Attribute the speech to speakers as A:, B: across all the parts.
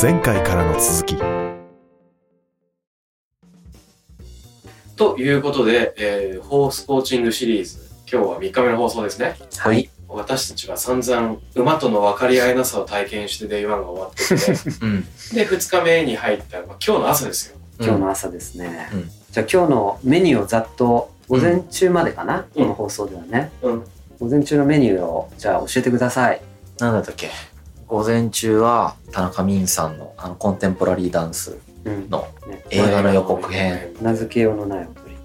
A: 前回からの続き
B: ということで、えー、ホースコーチングシリーズ、今日は3日目の放送ですね。
C: はい。
B: 私たちは散々、馬との分かり合いなさを体験して、デイワンが終わってき
C: うん。
B: て、で、2日目に入った、まあ、今日の朝ですよ。
D: 今
C: 今日
D: 日
C: の。
D: の朝ですね、
C: うん
D: じゃあ今日のメニューをざっと午前中までかな、
B: うん
D: この放送ではね
B: うん。
D: 午前中のメニューをじゃあ教えてください
C: なんだったっけ午前中は、田中泯さんの、あの、コンテンポラリーダンス
D: うん
C: の
D: ね
C: 映画の予告編
D: 名付けようのない踊り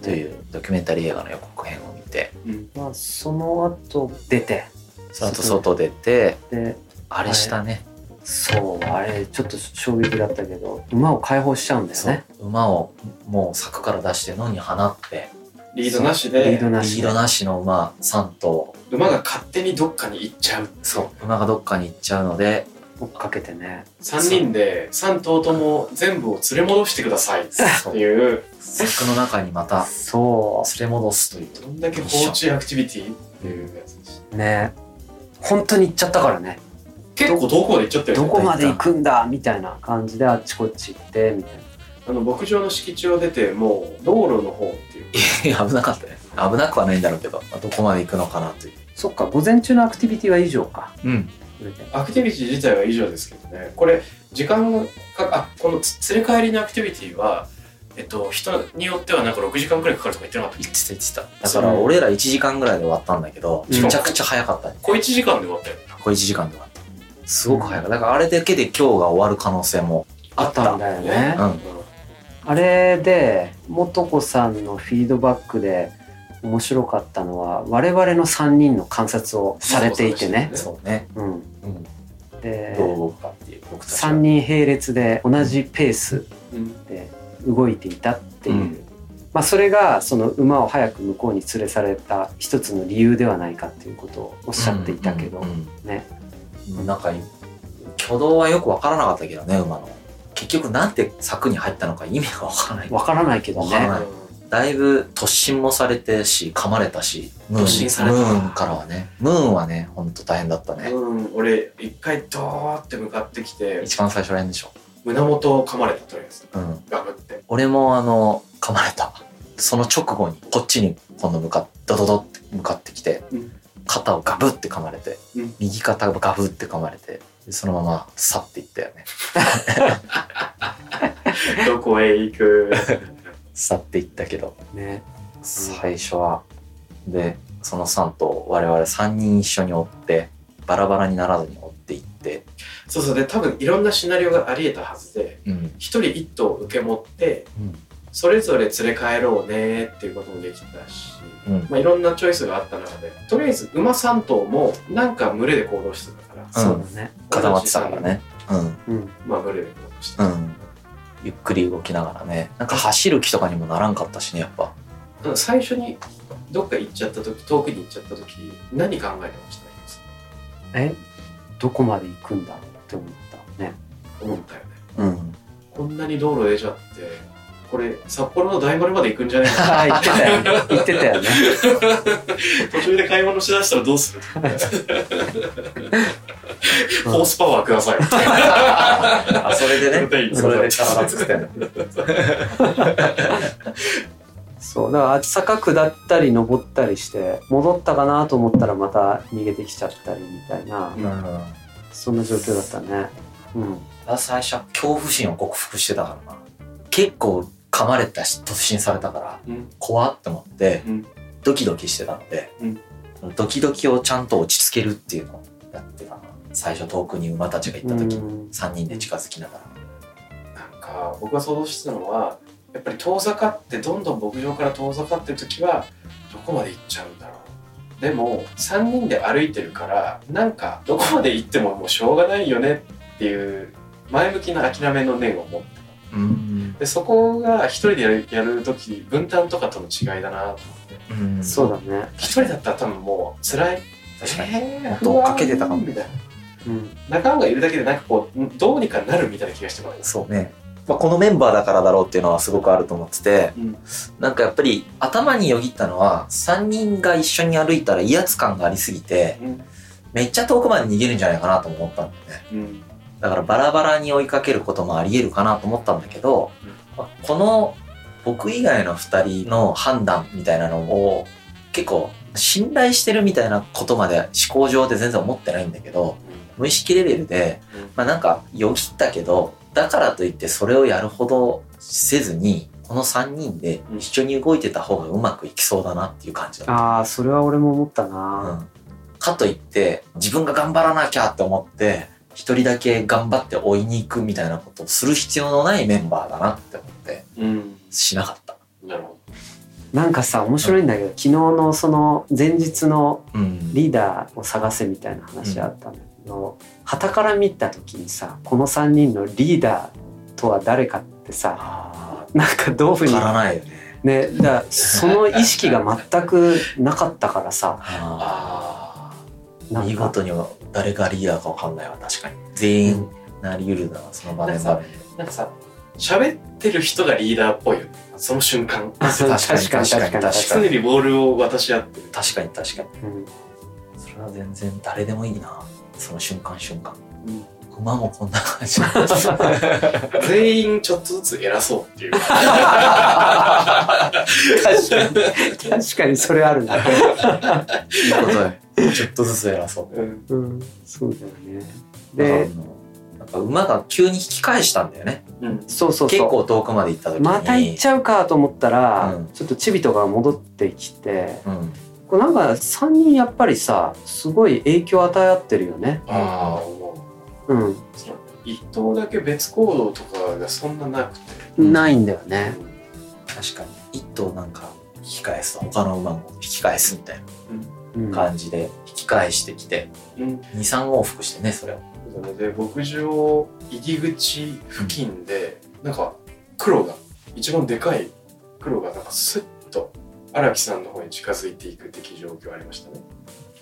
C: というドキュメンタリー映画の予告編を見て、
B: うん。
D: まあ、その後出て
C: その後外出て、
D: で
C: あれしたね。
D: そうあれちょっと衝撃だったけど馬を解放しちゃうんだよ
C: そう
D: ね。
C: 馬をもう柵から出して野に放って、
B: リードなし
D: リー
B: で、
D: ド
C: リ
D: なし
C: ードなしの馬3頭、
B: 馬が勝手にどっかに行っちゃう。
C: そう、馬がどっかに行っちゃうので、
D: 追っかけてね
B: 3人で3頭とも全部を連れ戻してくださいっ
C: そ
B: て
C: う、
B: いう、
C: 柵の中にまた
D: そ
C: 連れ戻すという。
B: どんだけ放置アクティビティっていうやつです
D: うね本当に行っちゃったからね
B: 結構どこまで行っちゃってる
D: どこまで行くんだみたいな感じであっちこっち行ってみたいな
B: あの牧場の敷地を出てもう道路の方っていうか
C: い や危なかったね。危なくはないんだろうけど、まあどこまで行くのかなという。
D: そっか午前中のアクティビティは以上か
C: うん。
B: アクティビティ自体は以上ですけどねこれ時間があこのつ連れ帰りのアクティビティはえっと人によってはなんか6時間くらいかかるとか言ってなかったっ
C: 行
B: け
C: ってた行ってた。だから俺ら1時間ぐらいで終わったんだけど、
D: うん
C: めちゃくちゃ早かったね。
B: 小1時間で終わったよ
C: 小1時間で終わった。すごく早かった。だからあれだけで今日が終わる可能性も。
D: あったんだよね
C: うん
D: あれで素子さんのフィードバックで面白かったのは我々の3人の観察をされていてね、
C: そうね。
D: うん、
C: うん。
D: で
C: どう動くかっていう、僕たちは
D: 3人並列で同じペース
B: うん
D: で動いていたっていう、
C: うん
D: まあ、それがその馬を早く向こうに連れ去れた一つの理由ではないかっていうことをおっしゃっていたけど、
C: うんうんうん
D: ね
C: なんか挙動はよくわからなかったけどね馬の結局なんて柵に入ったのか意味がわからない
D: わからないけど
C: わから
D: ね
C: ないだいぶ突進もされてし噛まれたしムーン
B: 突進された
C: ムーンからはねムーンはねほんと大変だったね、
B: うん、俺一回ドーって向かってきて
C: 一番最初らへんでしょ、
B: 胸元を噛まれたとりあえず
C: うん、
B: ガブって
C: 俺もあの噛まれたその直後にこっちに今度向かっドドドって向かってきて、
B: うん
C: 肩をガブって噛まれて、
B: うん
C: 右肩をガブって噛まれてでそのまま去っていったよね
B: どこへ行く
C: 去っていったけど
D: ね
C: 最初はでその3と我々3人一緒に追ってバラバラにならずに追っていって、
B: そうそうで多分いろんなシナリオがあり得たはずで
C: うん
B: 一人一頭受け持ってそれぞれ連れ帰ろうねっていうこともできたし、
C: うん
B: まあ、いろんなチョイスがあった中でとりあえず馬3頭もなんか群れで行動してたから、
D: そうだね、
C: 固まってたからねう
D: う
C: ん
D: ん、
B: まあ群れで行動して
C: う
B: た、
C: んゆっくり動きながらねなんか走る気とかにもならんかったしねやっぱ
B: うん最初にどっか行っちゃった時遠くに行っちゃった時何考えてました
D: えどこまで行くんだろうって思ったね
B: 思ったよね
C: うん
B: こんなに道路出ちゃってこれ札幌の大丸まで行くんじゃないか
D: ああ言ってたよね 言ってたよね
B: 途中で買い物しだしたらどう する ホースパワーください
C: あそれで
B: それで
C: 体作ってんの
D: そうだから坂下ったり登ったりして戻ったかなと思ったらまた逃げてきちゃったりみたいな、
B: うん
D: そんな状況だったねうん
C: あ最初は恐怖心を克服してたからな結構噛まれたし突進されたから
B: うん
C: 怖って思って
B: うん
C: ドキドキしてたので、
B: うん
C: そのドキドキをちゃんと落ち着けるっていうのをやってたの最初遠くに馬たちが行った時、
D: うん
C: 3人で近づきながら
B: なんか僕が想像してたのはやっぱり遠ざかってどんどん牧場から遠ざかってる時はどこまで行っちゃうんだろうでも3人で歩いてるからなんかどこまで行ってももうしょうがないよねっていう前向きな諦めの念を持って
C: うん、
B: でそこが一人でやるやる時分担とかとの違いだなと思って
D: そうだね、
B: 一人だったら多分もう辛い
C: 確かに
B: えー
C: もっと追っかけてたかも
B: 不安みたい
D: うん、
B: な仲間がいるだけでなんかこうんどうにかなるみたいな気がしてこないです
C: そうね、まあ、このメンバーだからだろうっていうのはすごくあると思ってて
B: うん
C: なんかやっぱり頭によぎったのは3人が一緒に歩いたら威圧感がありすぎて
B: うん
C: めっちゃ遠くまで逃げるんじゃないかなとも思ったんだよね
B: うん
C: だからバラバラに追いかけることもあり得るかなと思ったんだけど、まあこの僕以外の2人の判断みたいなのを結構信頼してるみたいなことまで思考上で全然思ってないんだけど無意識レベルで、まあ、なんかよぎったけどだからといってそれをやるほどせずにこの3人で一緒に動いてた方がうまくいきそうだなっていう感じだった。
D: ああそれは俺も思った
C: う
D: な、
C: んかといって自分が頑張らなきゃって思って一人だけ頑張って追いに行くみたいなことをする必要のないメンバーだなって思って
B: うん
C: しなかった。
B: なるほ
D: なんかさ面白いんだけど、昨日のその前日の
C: うん
D: リーダーを探せみたいな話あったんだけど傍から見た時にさこの3人のリーダーとは誰かってさ
C: あ
D: なんかどういうふう
C: ー
D: に
C: 足らないよね。
D: ねだからその意識が全くなかったから
B: ど
D: さ
C: あ
B: あ
C: ー
D: なん
C: 見
D: か
C: 事には誰がリーダーかわかんないわ確かに全員なりうるだなその場面場面で
B: ーなんかさ喋ってる人がリーダーっぽいよねその瞬間
D: あそう確かに確かに確かに
C: 確か
B: 常
C: に
B: にボールを渡し合ってる
C: 確かに確かに
D: うん
C: それは全然誰でもいいなその瞬間瞬間
B: うん
C: 馬もこんな感じ
B: 全員ちょっとずつ偉そうっていう
D: 確かに確かにそれあるな、
C: いいことだよちょっとずつ偉 そう
B: うん
D: うん、そうだよね
C: で
D: で
C: なんか馬が急に引き返したんだよね
B: うん
D: そうそう
C: 結
D: そう
C: 構遠くまで行った時に
D: また行っちゃうかと思ったら、
C: うん
D: ちょっとチビとかが戻ってきて
C: うん
D: これなんか3人やっぱりさすごい影響を与え合ってるよね
B: ああ思
D: うん
B: うその一頭だけ別行動とかがそんななくて
C: うん
D: ないんだよね
C: 確かに一頭なんか引き返すと他の馬も引き返すみたい
D: うん
C: な感じで引き返してきて
B: うん
C: 23往復してねそれを
B: そうだねで牧場入り口付近で、なんか黒が一番でかい黒がなんかスッと荒木さんの方に近づいていく的状況ありましたね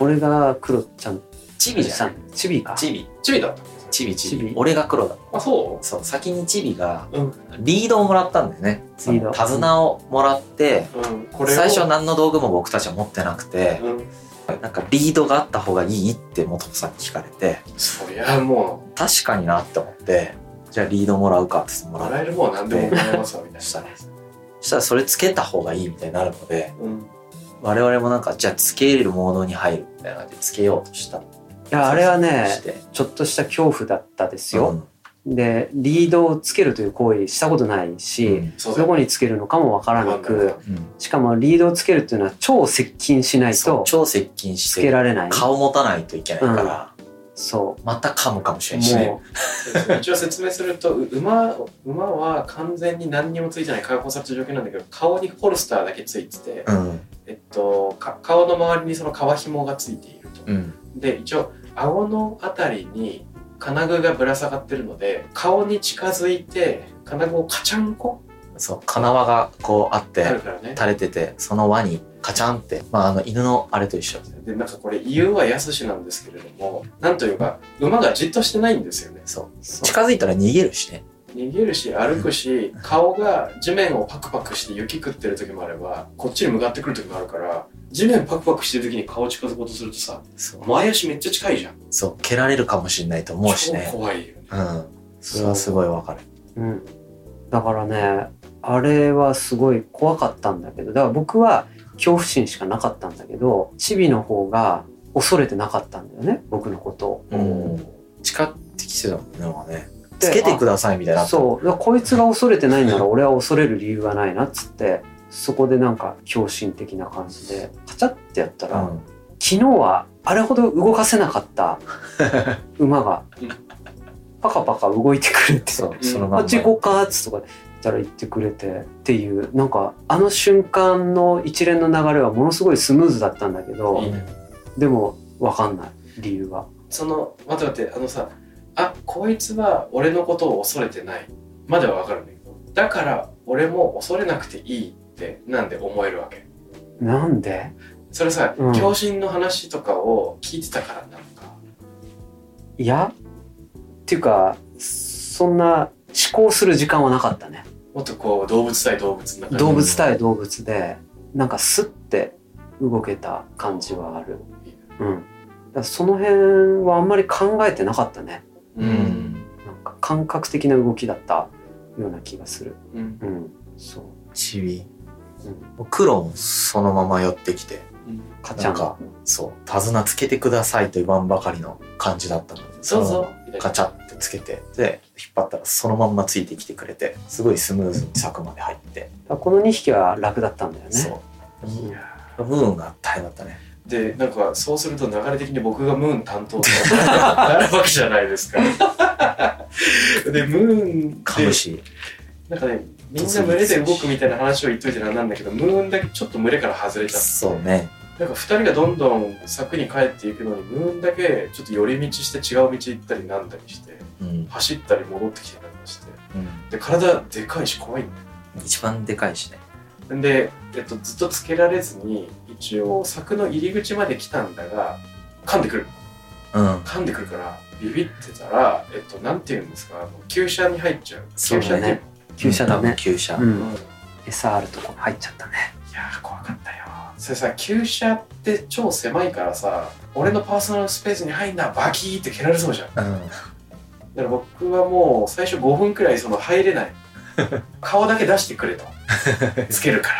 D: 俺がクロちゃん
C: チビじゃん
D: チビか
C: チビ
B: チビだったんですね
C: チビチ
D: チ
C: ビ
D: ビ
C: 俺が黒だ
B: あそ
C: そう先にチビが
B: ううん
C: リードをもらったんだよねそ
D: リー
C: の
D: ド
C: 手綱をもらって
B: うんこれを
C: 最初何の道具も僕たちは持ってなくて
B: うん
C: なんかリードがあった方がいいって元子さんに聞かれて
B: そりゃも
C: 確かになって思ってじゃあリードもらうかって言
B: う
C: ってもら
B: も
C: って
B: らえるもんは何でももらえますわみたいな
C: そしたらそしたらそれつけた方がいいみたいになるので
B: うん
C: 我々もなんかじゃあつけるモードに入るみたいな感じでつけようとしたり
D: いやあれはね
C: して
D: ちょっとした恐怖だったです
C: う
D: よ、
C: ん
D: でリードをつけるという行為したことないし、
B: そうだよ
D: どこにつけるのかもわからな
B: わかんな
D: く
B: かっ
C: うん
D: しかもリードをつけるっていうのは超接近しない
C: そう
D: と
C: 超接近
D: つ
C: し
D: け
C: て
D: られない
C: 顔持たないといけないから、
D: そ
C: また噛むかも
D: う
C: しれないしね
D: も
B: そうそう一応説明するとう馬馬は完全に何にもついてない解放された状況なんだけど顔にホルスターだけついてて、
C: うん
B: えっと、か顔の周りにその皮紐がついていると
C: うん
B: で一応顎のあたりに金具がぶら下がってるので顔に近づいて金具をカチャンコ
C: そう金輪がこうあっ
B: ある
C: て
B: からね
C: 垂れててその輪にカチャンって、まあ、あの犬のあれと一緒
B: でなんかこれ理由はやすしなんですけれどもなんというか馬がじっとしてないんですよね
C: そう
D: うそう
C: 近づいたら逃げるしね
B: 逃げるし歩くし顔が地面をパクパクして雪食ってる時もあればこっちに向かってくる時もあるから地面パクパクしてる時に顔近づこうとするとさ
C: そう
B: 前足めっちゃ近いじゃん
C: そう蹴られるかもしれないと思うしね
B: 超怖いよね
C: うんそれはすごいわかる
D: うん、だからねあれはすごい怖かったんだけどだから僕は恐怖心しかなかったんだけどチビの方が恐れてなかったんだよね僕のことを。
C: うん近ってきてたもんねなんかね
D: で
C: つけてくださいみたいな
D: そうだからこいつが恐れてないなら俺は恐れる理由がないなっつってそこでなんか狂心的な感じでカチャってやった
C: う
D: ら、
C: ん
D: 昨日はあれほど動かせなかった 馬が
B: うん
D: パカパカ動いてくれて
C: そううんその
D: あ
C: ま
D: っ
C: ん
D: ち
C: ま
D: 行こうかっつとか言ったら行ってくれてっていうなんかあの瞬間の一連の流れはものすごいスムーズだったんだけど
B: いい
D: でも分かんない理由が
B: その待って待ってあのさあこいつは俺のことを恐れてないまではわかるんだけどだから俺も恐れなくていいってなんで思えるわけ
D: なんで
B: それさ
D: うん
B: 狂心の話とかを聞いてたからなのか
D: いやっていうかそんな思考する時間はなかったね
B: もっとこう動物対動物の中で
D: 動物対動物でなんかスッて動けた感じはあるうんだからその辺はあんまり考えてなかったね
B: うん
D: 感覚的な動きだったような気がする。
B: うん
D: うん、そう、
C: チビ
D: うん、
C: 黒もそのまま寄ってきて
D: かち
C: な
D: ゃ
C: ん
D: んが
C: かそう手綱つけてくださいと言わんばかりの感じだったので
B: そ
C: そうのま
B: ぞ
C: まガチャってつけてで引っ張ったらそのまんまついてきてくれてすごいスムーズに柵まで入って、
D: この2匹は楽だったんだよね。
C: そう
B: い
C: ム
B: や
C: ーンが大変だったね
B: でなんかそうすると流れ的に僕がムーン担当に なるわけじゃないですかでムーン
C: カム
B: で
C: シ
B: なんかねみんな群れで動くみたいな話を言っといてなんなんだけどムーンだけちょっと群れから外れちゃっ
C: そうね
B: なんか2人がどんどん柵に帰っていくのにムーンだけちょっと寄り道して違う道行ったりなんだりして
C: うん、
B: 走ったり戻ってきてたりもして
C: うん、
B: で体でかいし怖いんだ
C: 一番でかいしね
B: よで、えっと、ずっとつけられずに一応柵の入り口まで来たんだが噛んでくる
C: うん
B: 噛んでくるからビビってたらえっとなんて言うんですかあの急車に入っちゃう
C: そう
B: 急
C: だ
B: 車
D: ね
B: で
D: 急車だ
C: 多分
D: ね。
C: 急車、
D: う、
B: うんん
D: SR とか入っちゃったね。
B: いやー怖かったよそれさ旧車って超狭いからさ俺のパーソナルスペースに入んなバキーって蹴られそうじゃん
C: うん
B: だから僕はもう最初5分くらいその入れない 顔だけ出してく れとつけるか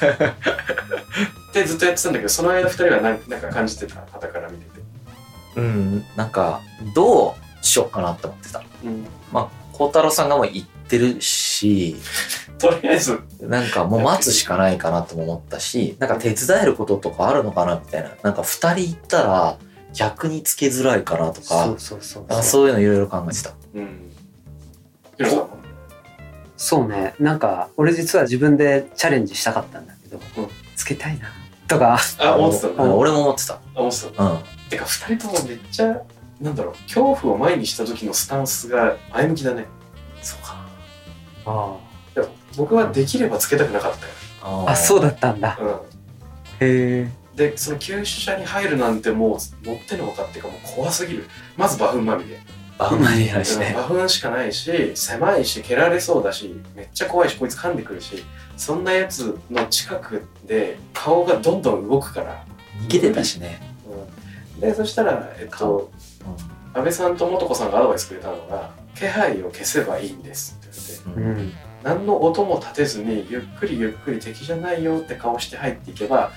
B: らってずっとやってたんだけどその間2人はなんなんか感じてた傍から見てて、
C: うん、なんかどうしようかなって思ってた。
B: うん、
C: まあ、孝太郎さんがもう行ってるし、
B: とりあえず
C: なんかもう待つしかないかなとも思ったし、なんか手伝えることとかあるのかなみたいな。なんか二人行ったら逆につけづらいかなと
D: そ
C: か
D: う、そうそう
C: なんか
D: そう。
C: そういうのいろいろ考えてた。
B: うんヒロさんも
D: そうね、なんか俺実は自分でチャレンジしたかったんだけど、
B: うん
D: つけたいなとか、
B: あ思ってたんだ
C: う
B: あ
C: ん俺も思ってた。
B: 思ってたんだ
C: うん。
B: てか2人ともめっちゃなんだろう恐怖を前にした時のスタンスが前向きだね
C: そうか。
D: あ
B: でも僕はできればつけたくなかったよ
C: あ
D: あ、そう
C: だ。
D: だったんだ。
B: うん
D: へえ。
B: でその救出車に入るなんてもう持ってのほかっていうかもう怖すぎるまずバフンまみれ、
C: あんまりないし
B: うん
C: ね。
B: バフンしかないし狭いし蹴られそうだしめっちゃ怖いしこいつ噛んでくるしそんなやつの近くで顔がどんどん動くから、
C: 逃げてたしね。
B: うん、でそしたらえっと
C: 顔
B: 安倍さんと素子さんがアドバイスくれたのが「気配を消せばいいんです」って言われて
C: う。
D: うんん。
B: 何の音も立てずにゆっくりゆっくり敵じゃないよって顔して入っていけば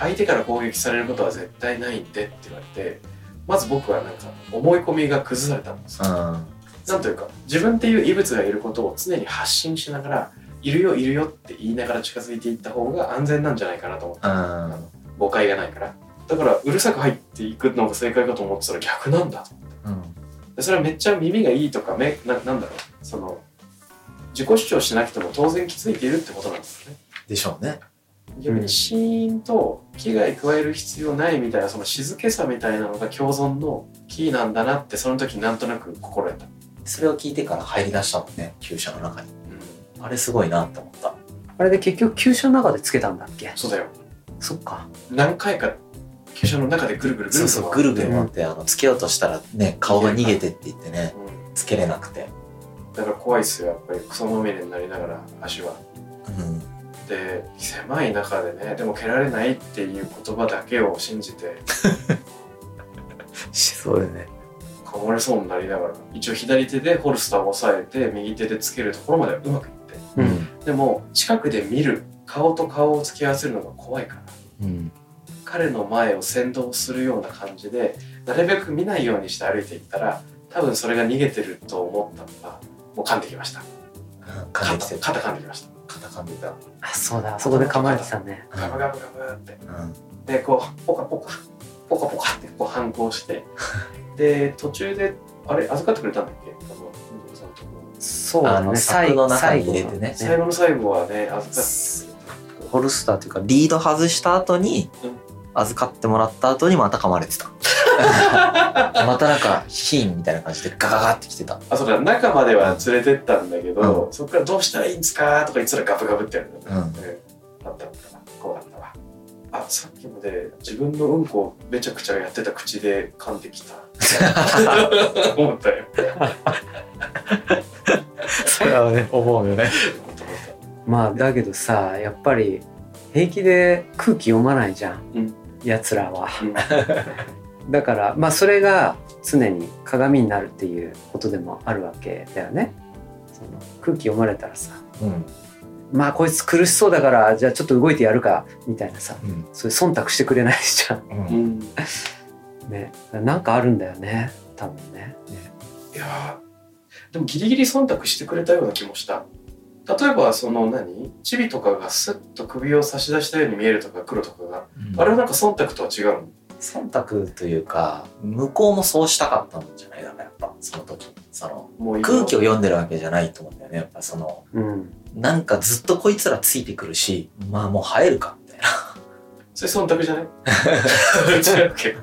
B: 相手から攻撃されることは絶対ないんでって言われてまず僕はなんか思い込みが崩されたんですよ
C: うん。
B: なんというか自分っていう異物がいることを常に発信しながらいるよいるよって言いながら近づいていった方が安全なんじゃないかなと思って
C: うん。
B: 誤解がないからだからうるさく入っていくのが正解かと思ってたら逆なんだと
C: うん。
B: でそれはめっちゃ耳がいいとかめななんだろうその自己主張しなくても当然気づいているってことなんですよね
C: でしょうね。
B: 逆にシーンと危害加える必要ないみたいなその静けさみたいなのが共存のキーなんだなってその時なんとなく心得た、
C: それを聞いてから入り出したもんね、急車の中に。
B: うん、
C: あれすごいなって思った。
D: あれで結局急車の中でつけたんだっけ。
B: そうだよ
D: そっか。
B: 何回か急所の中でぐるぐるぐる
C: そうそうぐるぐる
B: 回っ
C: 回って、あのつけようとしたらね顔が逃げてって言ってね
B: てうん
C: つけれなくて、
B: だから怖いっすよやっぱりクソまみれになりながら足は
C: うん、
B: で狭い中でねでも蹴られないっていう言葉だけを信じて
C: しそうよね
B: かまれそうになりながら一応左手でホルスターを押さえて右手でつけるところまではうまくいって
C: う
D: うんん、
B: でも近くで見る顔と顔を突き合わせるのが怖いから
C: うん、
B: 彼の前を先導するような感じでなるべく見ないようにして歩いていったら多分それが逃げてると思ったのがもう噛んできました
C: 噛んできてる
B: 肩肩噛んできました
C: 肩噛んでた、
D: あ、そうだ。あそこで構えてたね。
B: ガブガブガブって
C: うん、
B: でこうポカポカポカポカってこう反抗して で途中であれ預かってくれたんだっけあのお父さんとこ
D: そう
C: あ
D: だ
C: の
D: ね。
C: 柵の中に入れてね
B: 最後の最後はね預かって
C: ホルスターというかリード外した後に
B: うん
C: 預かってもらった後にまた噛まれてたまたなんかヒーンみたいな感じでガガガってきてた
B: あそうだ中までは連れてったんだけど、そこから「どうしたらいいんですか?」とか言ってたらガブガブってやるんだよね、うん、あったあったこうだったわあさっきまで自分のうんこをめちゃくちゃやってた口で噛んできた 思ったよ
C: それはね思うよ
B: 思
C: ね
B: った思っ
D: まあだけどさやっぱり平気で空気読まないじゃん、
B: うん
D: やつらは
B: たうん
D: だからまあそれが常に鏡になるっていうことでもあるわけだよねその空気読まれたらさ
C: うん
D: まあこいつ苦しそうだからじゃあちょっと動いてやるかみたいなさ
C: うん
D: そういう忖度してくれないじゃ
C: うん
B: う
C: い
B: ん
D: ん ねなんかあるんだよね多分ね
B: いやーでもギリギリ忖度してくれたような気もした例えばその何チビとかがスッと首を差し出したように見えるとか黒とかが、あれはなんか忖度とは違うの
C: 忖度というか向こうもそうしたかったんじゃないかなやっぱその時その
B: もういいよ
C: 空気を読んでるわけじゃないと思うんだよねやっぱその
D: うん
C: なんかずっとこいつらついてくるしまあもう入るかみたいな
B: それ忖度 じゃない 違うっけ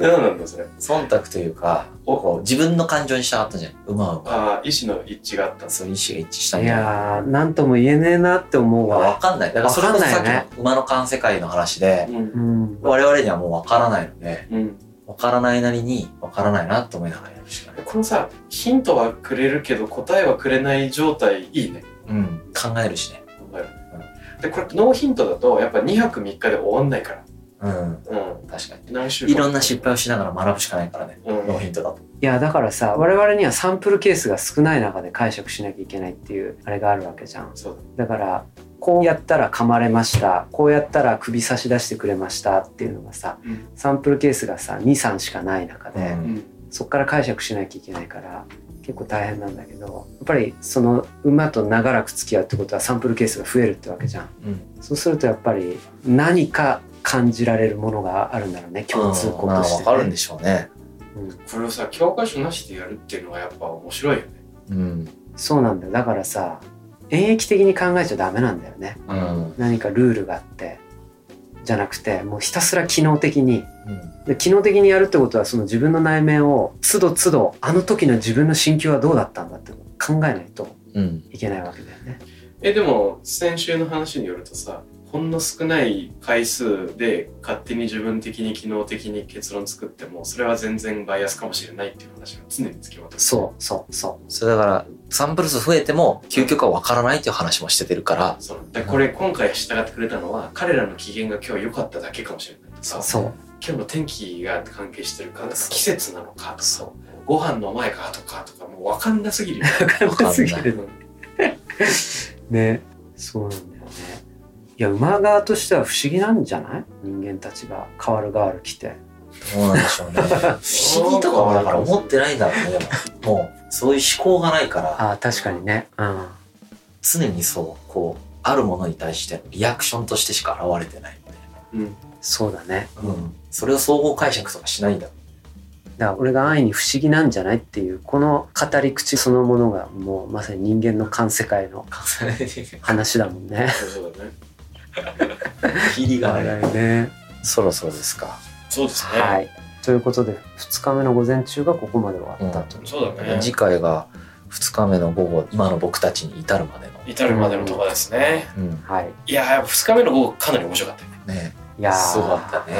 B: 何なんだそれ
C: 忖度というか
B: お
C: こう自分の感情にしたかったんじゃない馬馬
B: ああ意思の一致があったんです
C: そういう意思が一致したん
D: い
C: じゃない
D: やーなんとも言えねえなって思う
C: わ
D: わ、
C: かんないだからそれこそ
D: わ
C: さ
D: か
C: っ
D: ん
C: き
D: ないよ
C: の馬の環世界の話で
B: う
D: うんん、
C: 我々にはもうわからないので
B: うん、
C: わからないなりにわからないなと思いながらやるしかない、
B: このさヒントはくれるけど答えはくれない状態いいね
C: うん、考えるしね
B: 考えるでこれノーヒントだとやっぱ2泊3日で終わんないから
C: うん
B: う
C: 確かに
B: ん何週
C: いろんな失敗をしながら学ぶしかないからね
B: うん
C: ノーヒントだと
D: いやだからさ我々にはサンプルケースが少ない中で解釈しなきゃいけないっていうあれがあるわけじゃん
B: そう
D: だからこうやったら噛まれましたこうやったら首差し出してくれましたっていうのがさ、
B: うん
D: サンプルケースがさ23しかない中で、
B: だ、
C: うん
D: そこから解釈しなきゃいけないから結構大変なんだけどやっぱりその馬と長らく付き合うってことはサンプルケースが増えるってわけじゃん
C: うん
D: そうするとやっぱり何か感じられるものがあるんだろうね共通項
C: まあ
D: として、
C: わ
D: ね
C: かるんでしょうね
B: これをさ教科書なしでやるっていうのがやっぱ面白いよね
C: うん
D: そうなんだよだからさ演疫的に考えちゃダメなんだよね
C: うん
D: 何かルールがあってじゃなくてもうひたすら機能的に
C: うん
D: で機能的にやるってことはその自分の内面を都度都度あの時の自分の心境はどうだったんだって考えないと
C: うん
D: いけないわけだよね。
B: えでも先週の話によるとさほんの少ない回数で勝手に自分的に機能的に結論作ってもそれは全然バイアスかもしれないっていう話が常につきまと
D: そうそうそう。
C: それだからサンプル数増えても究極はわからないっていう話もしててるから
B: そうでこれ今回従ってくれたのは彼らの機嫌が今日良かっただけかもしれないとか
D: そう
B: 今日の天気が関係してるかとか季節なのかとかご飯の前かとかとかもう分かんなすぎるよね
D: わかんな すぎ
C: わ
D: るね。そうなんだよね。いや馬側としては不思議なんじゃない人間たちが変わる変わる来て。
C: そうなんでしょうね 不思議とかもだから思ってないんだろうねでももうそういう思考がないから
D: ああ確かにね。うん。
C: 常にそうこうあるものに対してのリアクションとしてしか現れてない
B: うん
D: そうだね。
C: ので、うん、それを総合解釈とかしないんだ
D: だから俺が安易に不思議なんじゃないっていうこの語り口そのものがもうまさに人間の感世界の話だもんね。
B: そうだね
C: キリがない
D: いね。
C: そろそろですか、
B: そうですね、
D: はい。ということで2日目の午前中がここまで終わったという。
B: そうだね
C: 次回が2日目の午後今の僕たちに至るまで
B: 至るまでのとこですね、
C: の、
D: はい。
B: いやーやっぱ2日目の午後かなり面白かったよね
C: ね
D: いやー
C: すごかったね、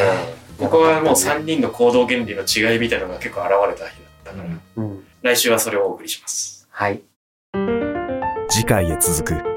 B: ここはもう3人の行動原理の違いみたいなのが結構現れた日だったから、
D: うん。
B: 来週はそれをお送りします
D: はい。
A: 次回へ続く